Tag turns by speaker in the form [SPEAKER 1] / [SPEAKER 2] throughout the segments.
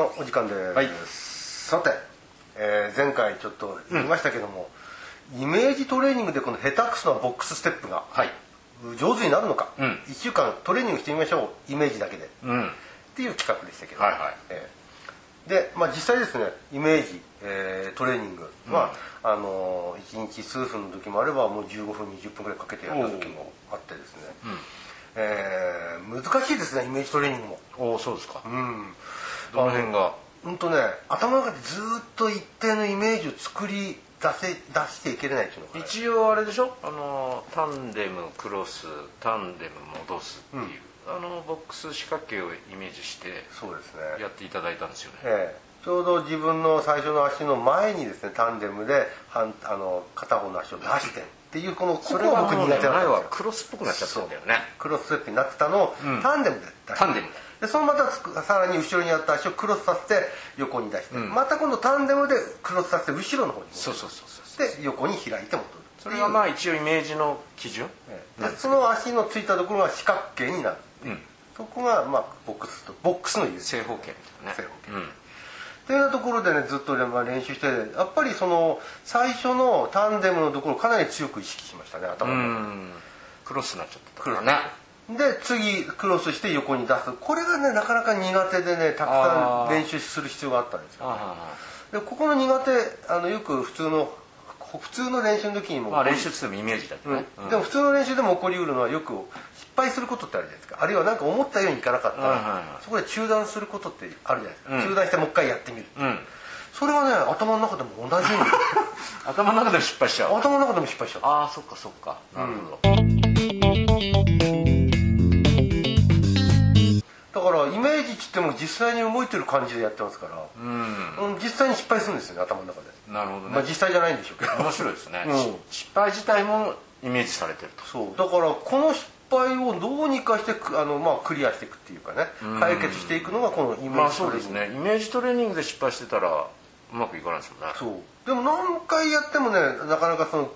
[SPEAKER 1] はいさて、えー前回ちょっと言いましたけども、イメージトレーニングでこの下手くそなボックスステップが
[SPEAKER 2] はい
[SPEAKER 1] 上手になるのか、
[SPEAKER 2] うん
[SPEAKER 1] 1週間トレーニングしてみましょうイメージだけで、っ
[SPEAKER 2] うんは
[SPEAKER 1] ていう企画でしたけど、
[SPEAKER 2] はいはい
[SPEAKER 1] えーで、まあ、実際ですねイメージ、えートレーニングは、あの1日数分の時もあればもう15分20分ぐらいかけてやった時もあってですね、えー難しいですねイメージトレーニングも。
[SPEAKER 2] おおそうですか
[SPEAKER 1] うん
[SPEAKER 2] どの辺が
[SPEAKER 1] うんとね頭の中でずーっと一定のイメージを作り出せ出していけれないっていうのかな
[SPEAKER 2] 一応あれでしょあのタンデムクロスタンデム戻すっていう、あのボックス仕掛けをイメージして
[SPEAKER 1] そうですね、
[SPEAKER 2] やっていただいたんですよね
[SPEAKER 1] ええ、ちょうど自分の最初の足の前にですねタンデムで反あの片方の足を出してっていうこの
[SPEAKER 2] そ
[SPEAKER 1] そ
[SPEAKER 2] れ
[SPEAKER 1] れが
[SPEAKER 2] は
[SPEAKER 1] 僕
[SPEAKER 2] 僕
[SPEAKER 1] 苦
[SPEAKER 2] 苦
[SPEAKER 1] 手なんで
[SPEAKER 2] 手
[SPEAKER 1] す
[SPEAKER 2] 前は
[SPEAKER 1] よ
[SPEAKER 2] クロスっぽくなっちゃったんだよね
[SPEAKER 1] クロスステップになってたのを、タンデムで出して
[SPEAKER 2] タンデム
[SPEAKER 1] でそのまたつくさらに後ろにあった足をクロスさせて横に出して、また今度タンデムでクロスさせて後ろの方に戻
[SPEAKER 2] そうそうそうそう
[SPEAKER 1] ってで横に開いて戻る
[SPEAKER 2] それがまあ一応イメージの基準
[SPEAKER 1] でその足のついたところが四角形になるっていう、
[SPEAKER 2] うん
[SPEAKER 1] そこが、まあ、ボックスとボックスの優勢
[SPEAKER 2] 正方形みたいなね
[SPEAKER 1] 正方形
[SPEAKER 2] うん
[SPEAKER 1] というようなところでねずっとねまあ練習してやっぱりその最初のタンデムのところをかなり強く意識しましたね頭の中
[SPEAKER 2] クロスになっちゃったからね
[SPEAKER 1] で次クロスして横に出すこれがねなかなか苦手でねたくさ
[SPEAKER 2] あー
[SPEAKER 1] ん練習する必要があったんですよ
[SPEAKER 2] あ
[SPEAKER 1] でここの苦手あのよく普通の普通の練習の時にも
[SPEAKER 2] あまあ練習って言ってもイメージだけどね、
[SPEAKER 1] でも普通の練習でも起こりうるのはよく失敗することってあるじゃないですかあるいは何か思ったようにいかなかったら、
[SPEAKER 2] はいはいはい
[SPEAKER 1] そこで中断することってあるじゃないですか、
[SPEAKER 2] うん
[SPEAKER 1] 中断してもう一回やってみる、
[SPEAKER 2] うん
[SPEAKER 1] それはね頭の中でも同じ ように
[SPEAKER 2] 頭の中でも失敗しちゃう
[SPEAKER 1] 頭の中でも失敗しちゃった
[SPEAKER 2] ああそっかそっかなるほど、
[SPEAKER 1] だからイメージって言っても実際に動いてる感じでやってますから、うん実際に失敗するんですよね頭の中で、
[SPEAKER 2] なるほどね、
[SPEAKER 1] まあ実際じゃないんでしょうけど
[SPEAKER 2] 面白いですね、
[SPEAKER 1] うん
[SPEAKER 2] し失敗自体もイメージされてると
[SPEAKER 1] そうだからこの失敗をどうにかしてくあの、まあ、クリアしていくっていうかね解決していくのがこのイメージ
[SPEAKER 2] まあそう
[SPEAKER 1] トレ
[SPEAKER 2] で
[SPEAKER 1] ーニン
[SPEAKER 2] す
[SPEAKER 1] グ
[SPEAKER 2] ねイメージトレーニングで失敗してたらうまくいかないですもんね
[SPEAKER 1] そうでも何回やってもねなかなかその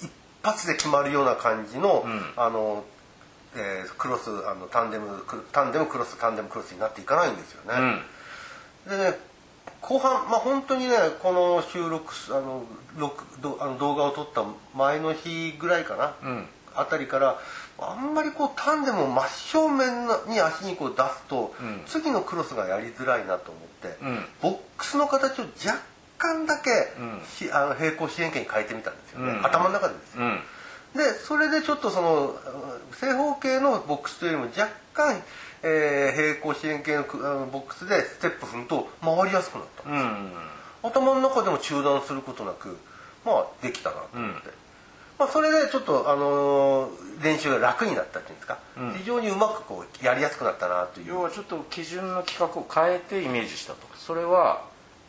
[SPEAKER 1] 一発で決まるような感じの、あの、えークロスあのタンデムクタンデムクロスタンデムクロスになっていかないんですよ
[SPEAKER 2] う
[SPEAKER 1] ね、
[SPEAKER 2] ん
[SPEAKER 1] でね後半まあ本当にねこの収録すあの録どあの動画を撮った前の日ぐらいかな、
[SPEAKER 2] ん
[SPEAKER 1] あたりからあんまりこうタンデムを真正面に足にこう出すと、
[SPEAKER 2] ん
[SPEAKER 1] 次のクロスがやりづらいなと思って、
[SPEAKER 2] うん
[SPEAKER 1] ボックスの形を若干だけ、
[SPEAKER 2] ん
[SPEAKER 1] しあの平行四辺形に変えてみたんですよね、
[SPEAKER 2] うん
[SPEAKER 1] 頭の中でですよ、
[SPEAKER 2] うん
[SPEAKER 1] でそれでちょっとそのうん正方形のボックスというよりも若干、えー平行四辺形のくあのボックスでステップ踏むと回りやすくなった
[SPEAKER 2] うん
[SPEAKER 1] 頭の中でも中断することなくまあできたなと思って、まあ、それでちょっと、あのー練習が楽になったっていうんですか、非常にうまくこうやりやすくなったなという
[SPEAKER 2] 要はちょっと基準の規格を変えてイメージしたとそれは、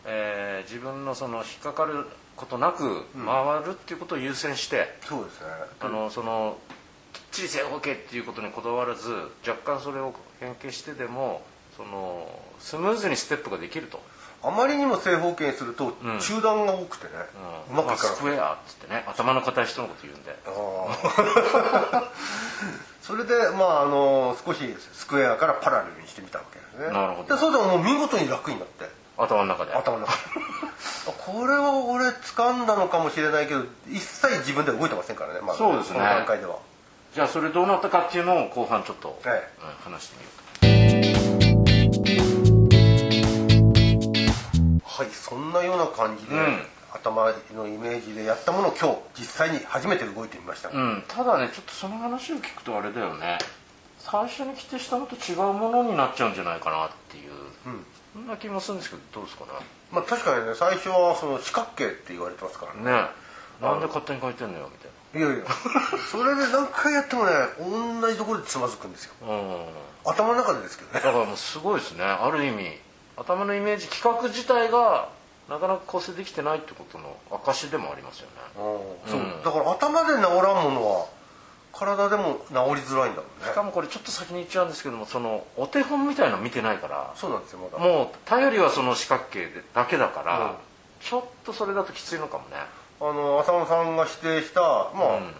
[SPEAKER 2] えー自分のその引っかかることなく回るっていうことを優先して、
[SPEAKER 1] そうですね
[SPEAKER 2] あのそのきっちり正方形っていうことにこだわらず若干それを変形してでもそのスムーズにステップができると、
[SPEAKER 1] あまりにも正方形にすると
[SPEAKER 2] ん
[SPEAKER 1] 中断が多くてね、うまくいかな
[SPEAKER 2] スク
[SPEAKER 1] くて
[SPEAKER 2] エアっつってね頭の硬い人のこと言うんで
[SPEAKER 1] それでまああの少しスクエアからパラレルにしてみたわけですね
[SPEAKER 2] なるほど
[SPEAKER 1] でそれでもう見事に楽になって
[SPEAKER 2] 頭の中で
[SPEAKER 1] 頭の 中であこれは俺掴んだのかもしれないけど一切自分では動いてませんからね、まあ、
[SPEAKER 2] そうですね
[SPEAKER 1] この段階では
[SPEAKER 2] じゃあそれどうなったかっていうのを後半ちょっと、
[SPEAKER 1] はい
[SPEAKER 2] うん話してみよう
[SPEAKER 1] はいそんなような感じで、
[SPEAKER 2] うん
[SPEAKER 1] 頭のイメージでやったものを今日実際に初めて動いてみました、
[SPEAKER 2] と、うん、ただねちょっとその話を聞くとあれだよね最初に規定したのと違うものになっちゃうんじゃないかなっていう、そんな気もするんですけどどうですか
[SPEAKER 1] まあ、確かにね最初はその四角形って言われてますからね
[SPEAKER 2] ねねなんで勝手に書いてんのよみたい
[SPEAKER 1] いやいや それで何回やってもね同じところでつまずくんですよ
[SPEAKER 2] なうん
[SPEAKER 1] 頭の中でですけどね
[SPEAKER 2] だからもうすごいですねある意味頭のイメージ企画自体がなかなか構成できてないってことの証でもありますよね
[SPEAKER 1] そうだから頭で治らんものは体でも治りづらいんだもん
[SPEAKER 2] し
[SPEAKER 1] ね
[SPEAKER 2] かもこれちょっと先に言っちゃうんですけどもそのお手本みたいの見てないから
[SPEAKER 1] そうなんですよまだ
[SPEAKER 2] もう頼りはその四角形でだけだから、
[SPEAKER 1] うん
[SPEAKER 2] ちょっとそれだときついのかもね
[SPEAKER 1] あの浅野さんが指定した、まあ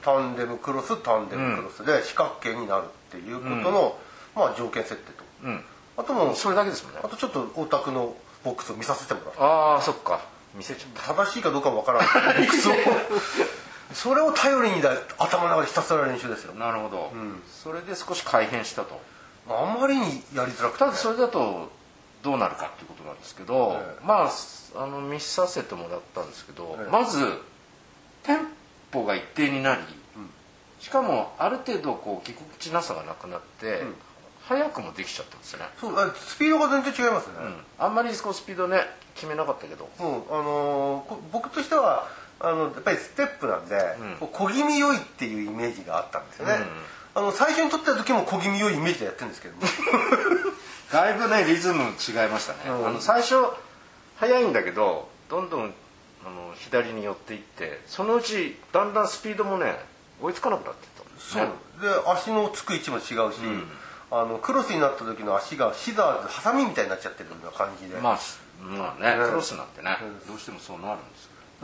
[SPEAKER 1] タンデムクロスタンデムクロスで四角形になるっていうことの、まあ、条件設定と
[SPEAKER 2] うん
[SPEAKER 1] あともう
[SPEAKER 2] それだけですもんね
[SPEAKER 1] あとちょっとオタクのボックスを見させてもらう
[SPEAKER 2] ああそっか見せちゃっ
[SPEAKER 1] 正しいかどうかもわからないボック スをそれを頼りにだ頭の中でひたすら練習ですよ
[SPEAKER 2] たなるほど、それで少し改変したと
[SPEAKER 1] あまりにやりづらくて
[SPEAKER 2] ただそれだとどうなるかっていうことなんですけど、
[SPEAKER 1] え
[SPEAKER 2] まあすあの見させてもらったんですけど、
[SPEAKER 1] ええ
[SPEAKER 2] まずテンポが一定になり、しかもある程度こうぎこちなさがなくなって、早くもできちゃったんですよね、
[SPEAKER 1] そうあスピードが全然違いますね、
[SPEAKER 2] あんまりこうスピードね決めなかったけど
[SPEAKER 1] もうあのーこ僕としてはあのやっぱりステップなんで、こう小気味良いっていうイメージがあったんですよね、あの最初に撮った時も小気味良いイメージでやってるんですけども
[SPEAKER 2] だいぶねリズム違いましたね、
[SPEAKER 1] うん
[SPEAKER 2] あの最初速いんだけどどんどんあの左に寄っていってそのうちだんだんスピードもね追いつかなくなっていったんです
[SPEAKER 1] そう
[SPEAKER 2] ね
[SPEAKER 1] で足のつく位置も違うし、あのクロスになった時の足がシザーズハサミみたいになっちゃってるような感じで、
[SPEAKER 2] まあしまあね
[SPEAKER 1] うん
[SPEAKER 2] クロスなんてね、
[SPEAKER 1] うん
[SPEAKER 2] どうしてもそうなるん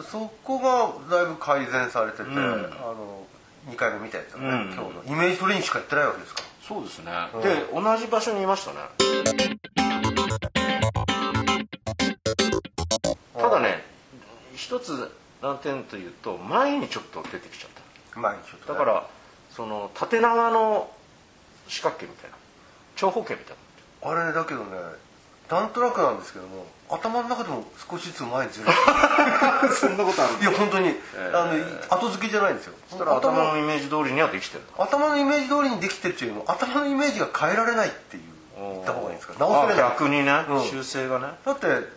[SPEAKER 2] ですよ
[SPEAKER 1] そこがだいぶ改善されてて、
[SPEAKER 2] ん
[SPEAKER 1] あの2回目見たやつはね、
[SPEAKER 2] う
[SPEAKER 1] 今
[SPEAKER 2] ん
[SPEAKER 1] 日のイメージトレーニングしかやってないわけですから
[SPEAKER 2] そうですね、で同じ場所にいましたねただね一つ難点というと前にちょっと出てきちゃっ
[SPEAKER 1] 毎日ちょったと
[SPEAKER 2] だ
[SPEAKER 1] ね
[SPEAKER 2] からその縦長の四角形みたいな長方形みたいな
[SPEAKER 1] あれだけどねなんとなくなんですけども頭の中でも少しずつ前にずれて
[SPEAKER 2] そんなことある
[SPEAKER 1] いや本当に、
[SPEAKER 2] え
[SPEAKER 1] あの後付けじゃないんですよ
[SPEAKER 2] そしたら頭
[SPEAKER 1] 頭
[SPEAKER 2] のイメージ通りにはできてる
[SPEAKER 1] 頭のイメージ通りにできてるっていうよりも頭のイメージが変えられないっていう言った方がいいですか直せれない
[SPEAKER 2] あ逆にね、
[SPEAKER 1] うん
[SPEAKER 2] 修正がね
[SPEAKER 1] だってう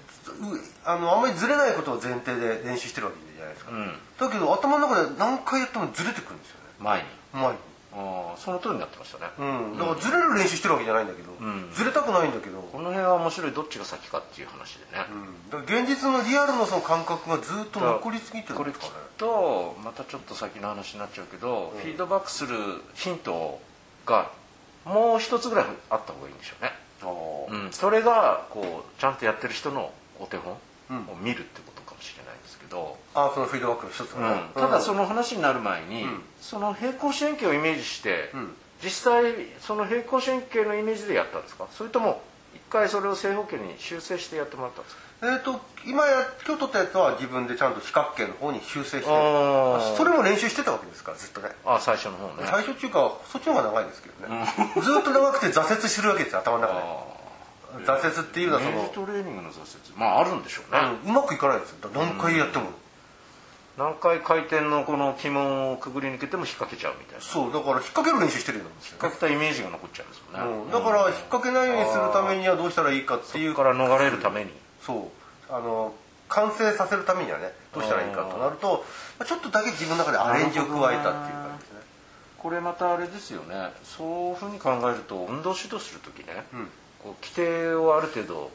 [SPEAKER 1] あのあんまりずれないことを前提で練習してるわけじゃないですか、
[SPEAKER 2] ん
[SPEAKER 1] だけど頭の中で何回やってもずれてくるんですよね
[SPEAKER 2] 前に
[SPEAKER 1] 前に、
[SPEAKER 2] あーその通りになってましたね、
[SPEAKER 1] うん、だからずれる練習してるわけじゃないんだけど、ずれたくないんだけど、
[SPEAKER 2] この辺は面白いどっちが先かっていう話でね、
[SPEAKER 1] うんだから現実のリアルのその感覚がずっと残りすぎてる
[SPEAKER 2] こ
[SPEAKER 1] ん
[SPEAKER 2] れ
[SPEAKER 1] で
[SPEAKER 2] き
[SPEAKER 1] す
[SPEAKER 2] っ
[SPEAKER 1] かね
[SPEAKER 2] とまたちょっと先の話になっちゃうけど、フィードバックするヒントがもう一つぐらいあった方がいいんでしょうね、
[SPEAKER 1] あ
[SPEAKER 2] うん、それがこうちゃんとやってる人のお手本を見るってことかもしれないんですけど、
[SPEAKER 1] あそのフィードバックの一つがね、
[SPEAKER 2] ただそ
[SPEAKER 1] の
[SPEAKER 2] の話になる前に、その平行四辺形をイメージして、実際その平行四辺形のイメージでやったんですかそれとも一回それを正方形に修正してやってもらったんですか
[SPEAKER 1] えー、と今や今日撮ったやつは自分でちゃんと四角形の方に修正して
[SPEAKER 2] あー
[SPEAKER 1] それも練習してたわけですからずっとね
[SPEAKER 2] あ最初の方ね
[SPEAKER 1] 最初っていうかそっちの方が長いですけどね、ずっと長くて挫折してるわけですよ頭の中
[SPEAKER 2] あ
[SPEAKER 1] で挫折っていうのはそ
[SPEAKER 2] イメー
[SPEAKER 1] の
[SPEAKER 2] ジ、トレーニングの挫折まああるんでしょうね、
[SPEAKER 1] うんうまくいかないですよだから何回やっても、
[SPEAKER 2] 何回回転のこの鬼門をくぐり抜けても引っ掛けちゃうみたいな引っ
[SPEAKER 1] そうだから引っ掛ける練習してるようなんですよ、
[SPEAKER 2] 掛けたイメージが残っちゃうんですよね、
[SPEAKER 1] うんだから引っ掛けないようにするためにはどうしたらいいかっていう
[SPEAKER 2] そこから逃れるために
[SPEAKER 1] そうあの完成させるためにはねどうしたらいいかとなるとまあちょっとだけ自分の中でアレンジを加えたっていう感じですね
[SPEAKER 2] これまたあれですよねそういうふうに考えると運動指導する時ね、
[SPEAKER 1] ん
[SPEAKER 2] こう規定をある程度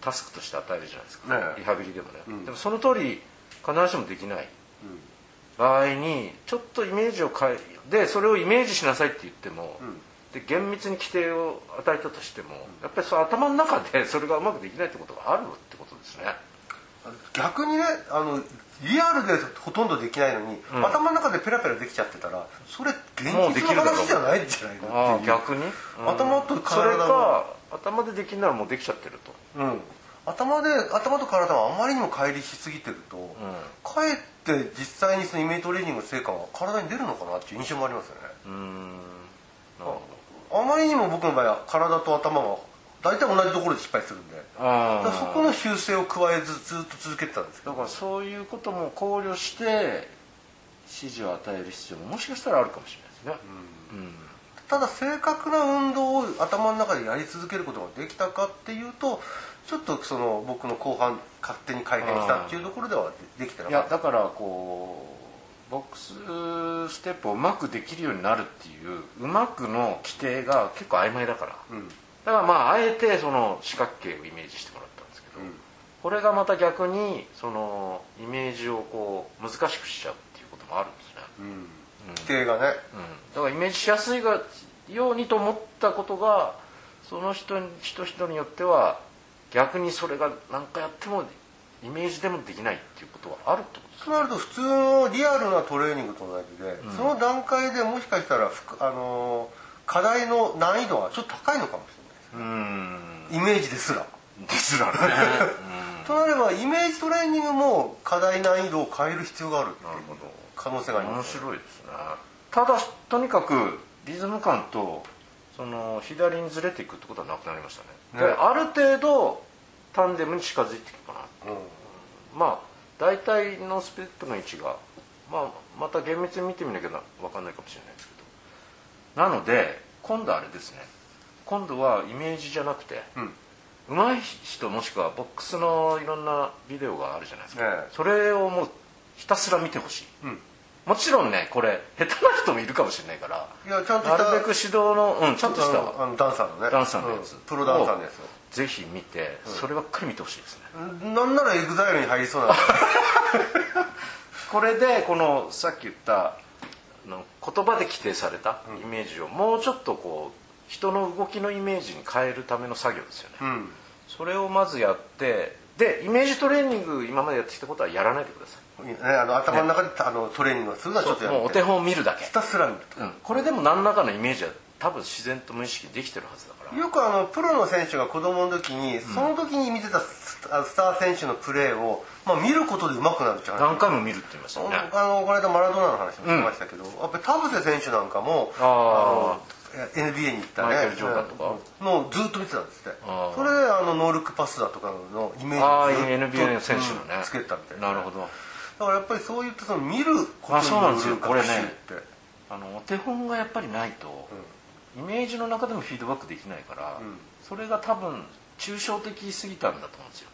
[SPEAKER 2] タスクとして与えるじゃないですか、
[SPEAKER 1] ねえ
[SPEAKER 2] リハビリでもね、でもその通り必ずしもできない場合にちょっとイメージを変えでそれをイメージしなさいって言っても、で厳密に規定を与えたとしてもやっぱりそう頭の中で それがうまくできないってことがあるってことですね
[SPEAKER 1] 逆にねあのリアルでほとんどできないのに、頭の中でペラペラできちゃってたらそれ現
[SPEAKER 2] もうでき
[SPEAKER 1] 実
[SPEAKER 2] る
[SPEAKER 1] の
[SPEAKER 2] だろう
[SPEAKER 1] 話じゃないんじゃないの
[SPEAKER 2] あ
[SPEAKER 1] っ
[SPEAKER 2] あ
[SPEAKER 1] ていう
[SPEAKER 2] 逆に、うん
[SPEAKER 1] 頭と
[SPEAKER 2] それ
[SPEAKER 1] 体が、
[SPEAKER 2] か頭でできるならもうできちゃってると
[SPEAKER 1] うん、頭で頭と体があまりにも乖離しすぎてると、かえって実際にそのイメージトレーニングの成果が体に出るのかなっていう印象もありますよね、
[SPEAKER 2] なるほど
[SPEAKER 1] あまりにも僕の場合は体と頭は大体同じところで失敗するんでだ
[SPEAKER 2] あ
[SPEAKER 1] からそこの修正を加えずずっと続けてたんですけ
[SPEAKER 2] だ
[SPEAKER 1] ど
[SPEAKER 2] からそういうことも考慮して指示を与える必要ももしかしたらあるかもしれないですね、
[SPEAKER 1] ただ正確な運動を頭の中でやり続けることができたかっていうとちょっとその僕の後半勝手に改変したっていうところではでできてないか
[SPEAKER 2] や
[SPEAKER 1] った
[SPEAKER 2] だからこうボックスステップをうまくできるようになるっていううまくの規定が結構曖昧だから、だからまああえてその四角形をイメージしてもらったんですけど、これがまた逆にそのイメージをこう難しくしちゃうっていうこともあるんですね、
[SPEAKER 1] 規定がね
[SPEAKER 2] だからイメージしやすいがようにと思ったことがその人に人人によっては逆にそれが何かやってもイメージでもできないっていうことはあるってことです
[SPEAKER 1] となると普通のリアルなトレーニングと同じで、その段階でもしかしたらふくあのー課題の難易度がちょっと高いのかもしれないですねイメージですら
[SPEAKER 2] です らね、
[SPEAKER 1] となればイメージトレーニングも課題難易度を変える必要があるっていう可能性があり
[SPEAKER 2] 面
[SPEAKER 1] ますね
[SPEAKER 2] 白いですねただとにかくリズム感とその左にずれていくってことはなくなりましたね
[SPEAKER 1] ね
[SPEAKER 2] である程度タンデムに近づいていくかなまあ大体のステップの位置が、まあ、また厳密に見てみなきゃ分かんないかもしれないですけどなので今度あれですね今度はイメージじゃなくて、
[SPEAKER 1] ん
[SPEAKER 2] 上手い人もしくはボックスのいろんなビデオがあるじゃないですか、
[SPEAKER 1] ええ
[SPEAKER 2] それをもうひたすら見てほしい、
[SPEAKER 1] ん
[SPEAKER 2] もちろんねこれ下手な人もいるかもしれないから
[SPEAKER 1] いやちゃんとし
[SPEAKER 2] な
[SPEAKER 1] た
[SPEAKER 2] るべく指導のうんちゃんとした
[SPEAKER 1] あのダンサーのね
[SPEAKER 2] ダンサーのやつ、
[SPEAKER 1] うんプロダンサーのやつを
[SPEAKER 2] ぜひ見て、そればっかり見てほしいですね
[SPEAKER 1] なんならエグザイルに入りそうな
[SPEAKER 2] これでこのさっき言ったあの言葉で規定されたイメージをもうちょっとこう人の動きのイメージに変えるための作業ですよね、
[SPEAKER 1] うん
[SPEAKER 2] それをまずやってでイメージトレーニング今までやってきたことはやらないでくださ
[SPEAKER 1] ねあの頭の中であのトレーニングをするのはちょっと
[SPEAKER 2] い
[SPEAKER 1] や
[SPEAKER 2] もうお
[SPEAKER 1] め
[SPEAKER 2] 手
[SPEAKER 1] て
[SPEAKER 2] 本を見るだけ
[SPEAKER 1] ひ、たすら見ると
[SPEAKER 2] うん、これでも何らかのイメージは多分自然と無意識にできてるはずだから
[SPEAKER 1] よくあのプロの選手が子供の時にその時に見てたスタスター選手のプレーを、まあ、見ることで上手くなるって話
[SPEAKER 2] 何回も見るって言いましたよね
[SPEAKER 1] あのこの間マラドーナの話もしましたけど、やっぱり田臥選手なんかもあ
[SPEAKER 2] あ
[SPEAKER 1] の NBA に行ったね
[SPEAKER 2] マイケルジョーダンとか
[SPEAKER 1] うんのをずっと見てたんですって
[SPEAKER 2] あー
[SPEAKER 1] それであのノールックパスだとかのイメ
[SPEAKER 2] ああ
[SPEAKER 1] ージをずっと
[SPEAKER 2] NBA の選手のね、
[SPEAKER 1] うんつけたみたいな
[SPEAKER 2] なるほど
[SPEAKER 1] だからやっぱりそういったその見るこ
[SPEAKER 2] あ
[SPEAKER 1] とに
[SPEAKER 2] そうなんですよ
[SPEAKER 1] よる学習って
[SPEAKER 2] あのお手本がやっぱりないと、イメージの中でもフィードバックできないから、それが多分抽象的すぎたんだと思うんですよ、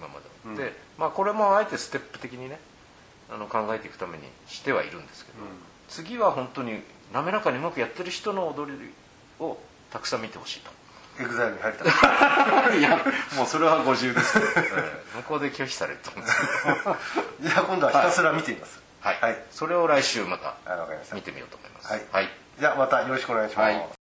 [SPEAKER 2] 今までは、で、まあ、これもあえてステップ的にねあの考えていくためにしてはいるんですけど、次は本当に滑らかにうまくやってる人の踊りをたくさん見てほしいと
[SPEAKER 1] エグザイルに入った
[SPEAKER 2] いや もうそれは50ですけど、ええ向こうで拒否されると思うんですけ ど
[SPEAKER 1] じゃあ今度はひたすら見てみます
[SPEAKER 2] はい、
[SPEAKER 1] はい
[SPEAKER 2] それを来週また
[SPEAKER 1] はいわかりました
[SPEAKER 2] 見てみようと思います、
[SPEAKER 1] はい
[SPEAKER 2] はい
[SPEAKER 1] じゃあまたよろしくお願いします、
[SPEAKER 2] はい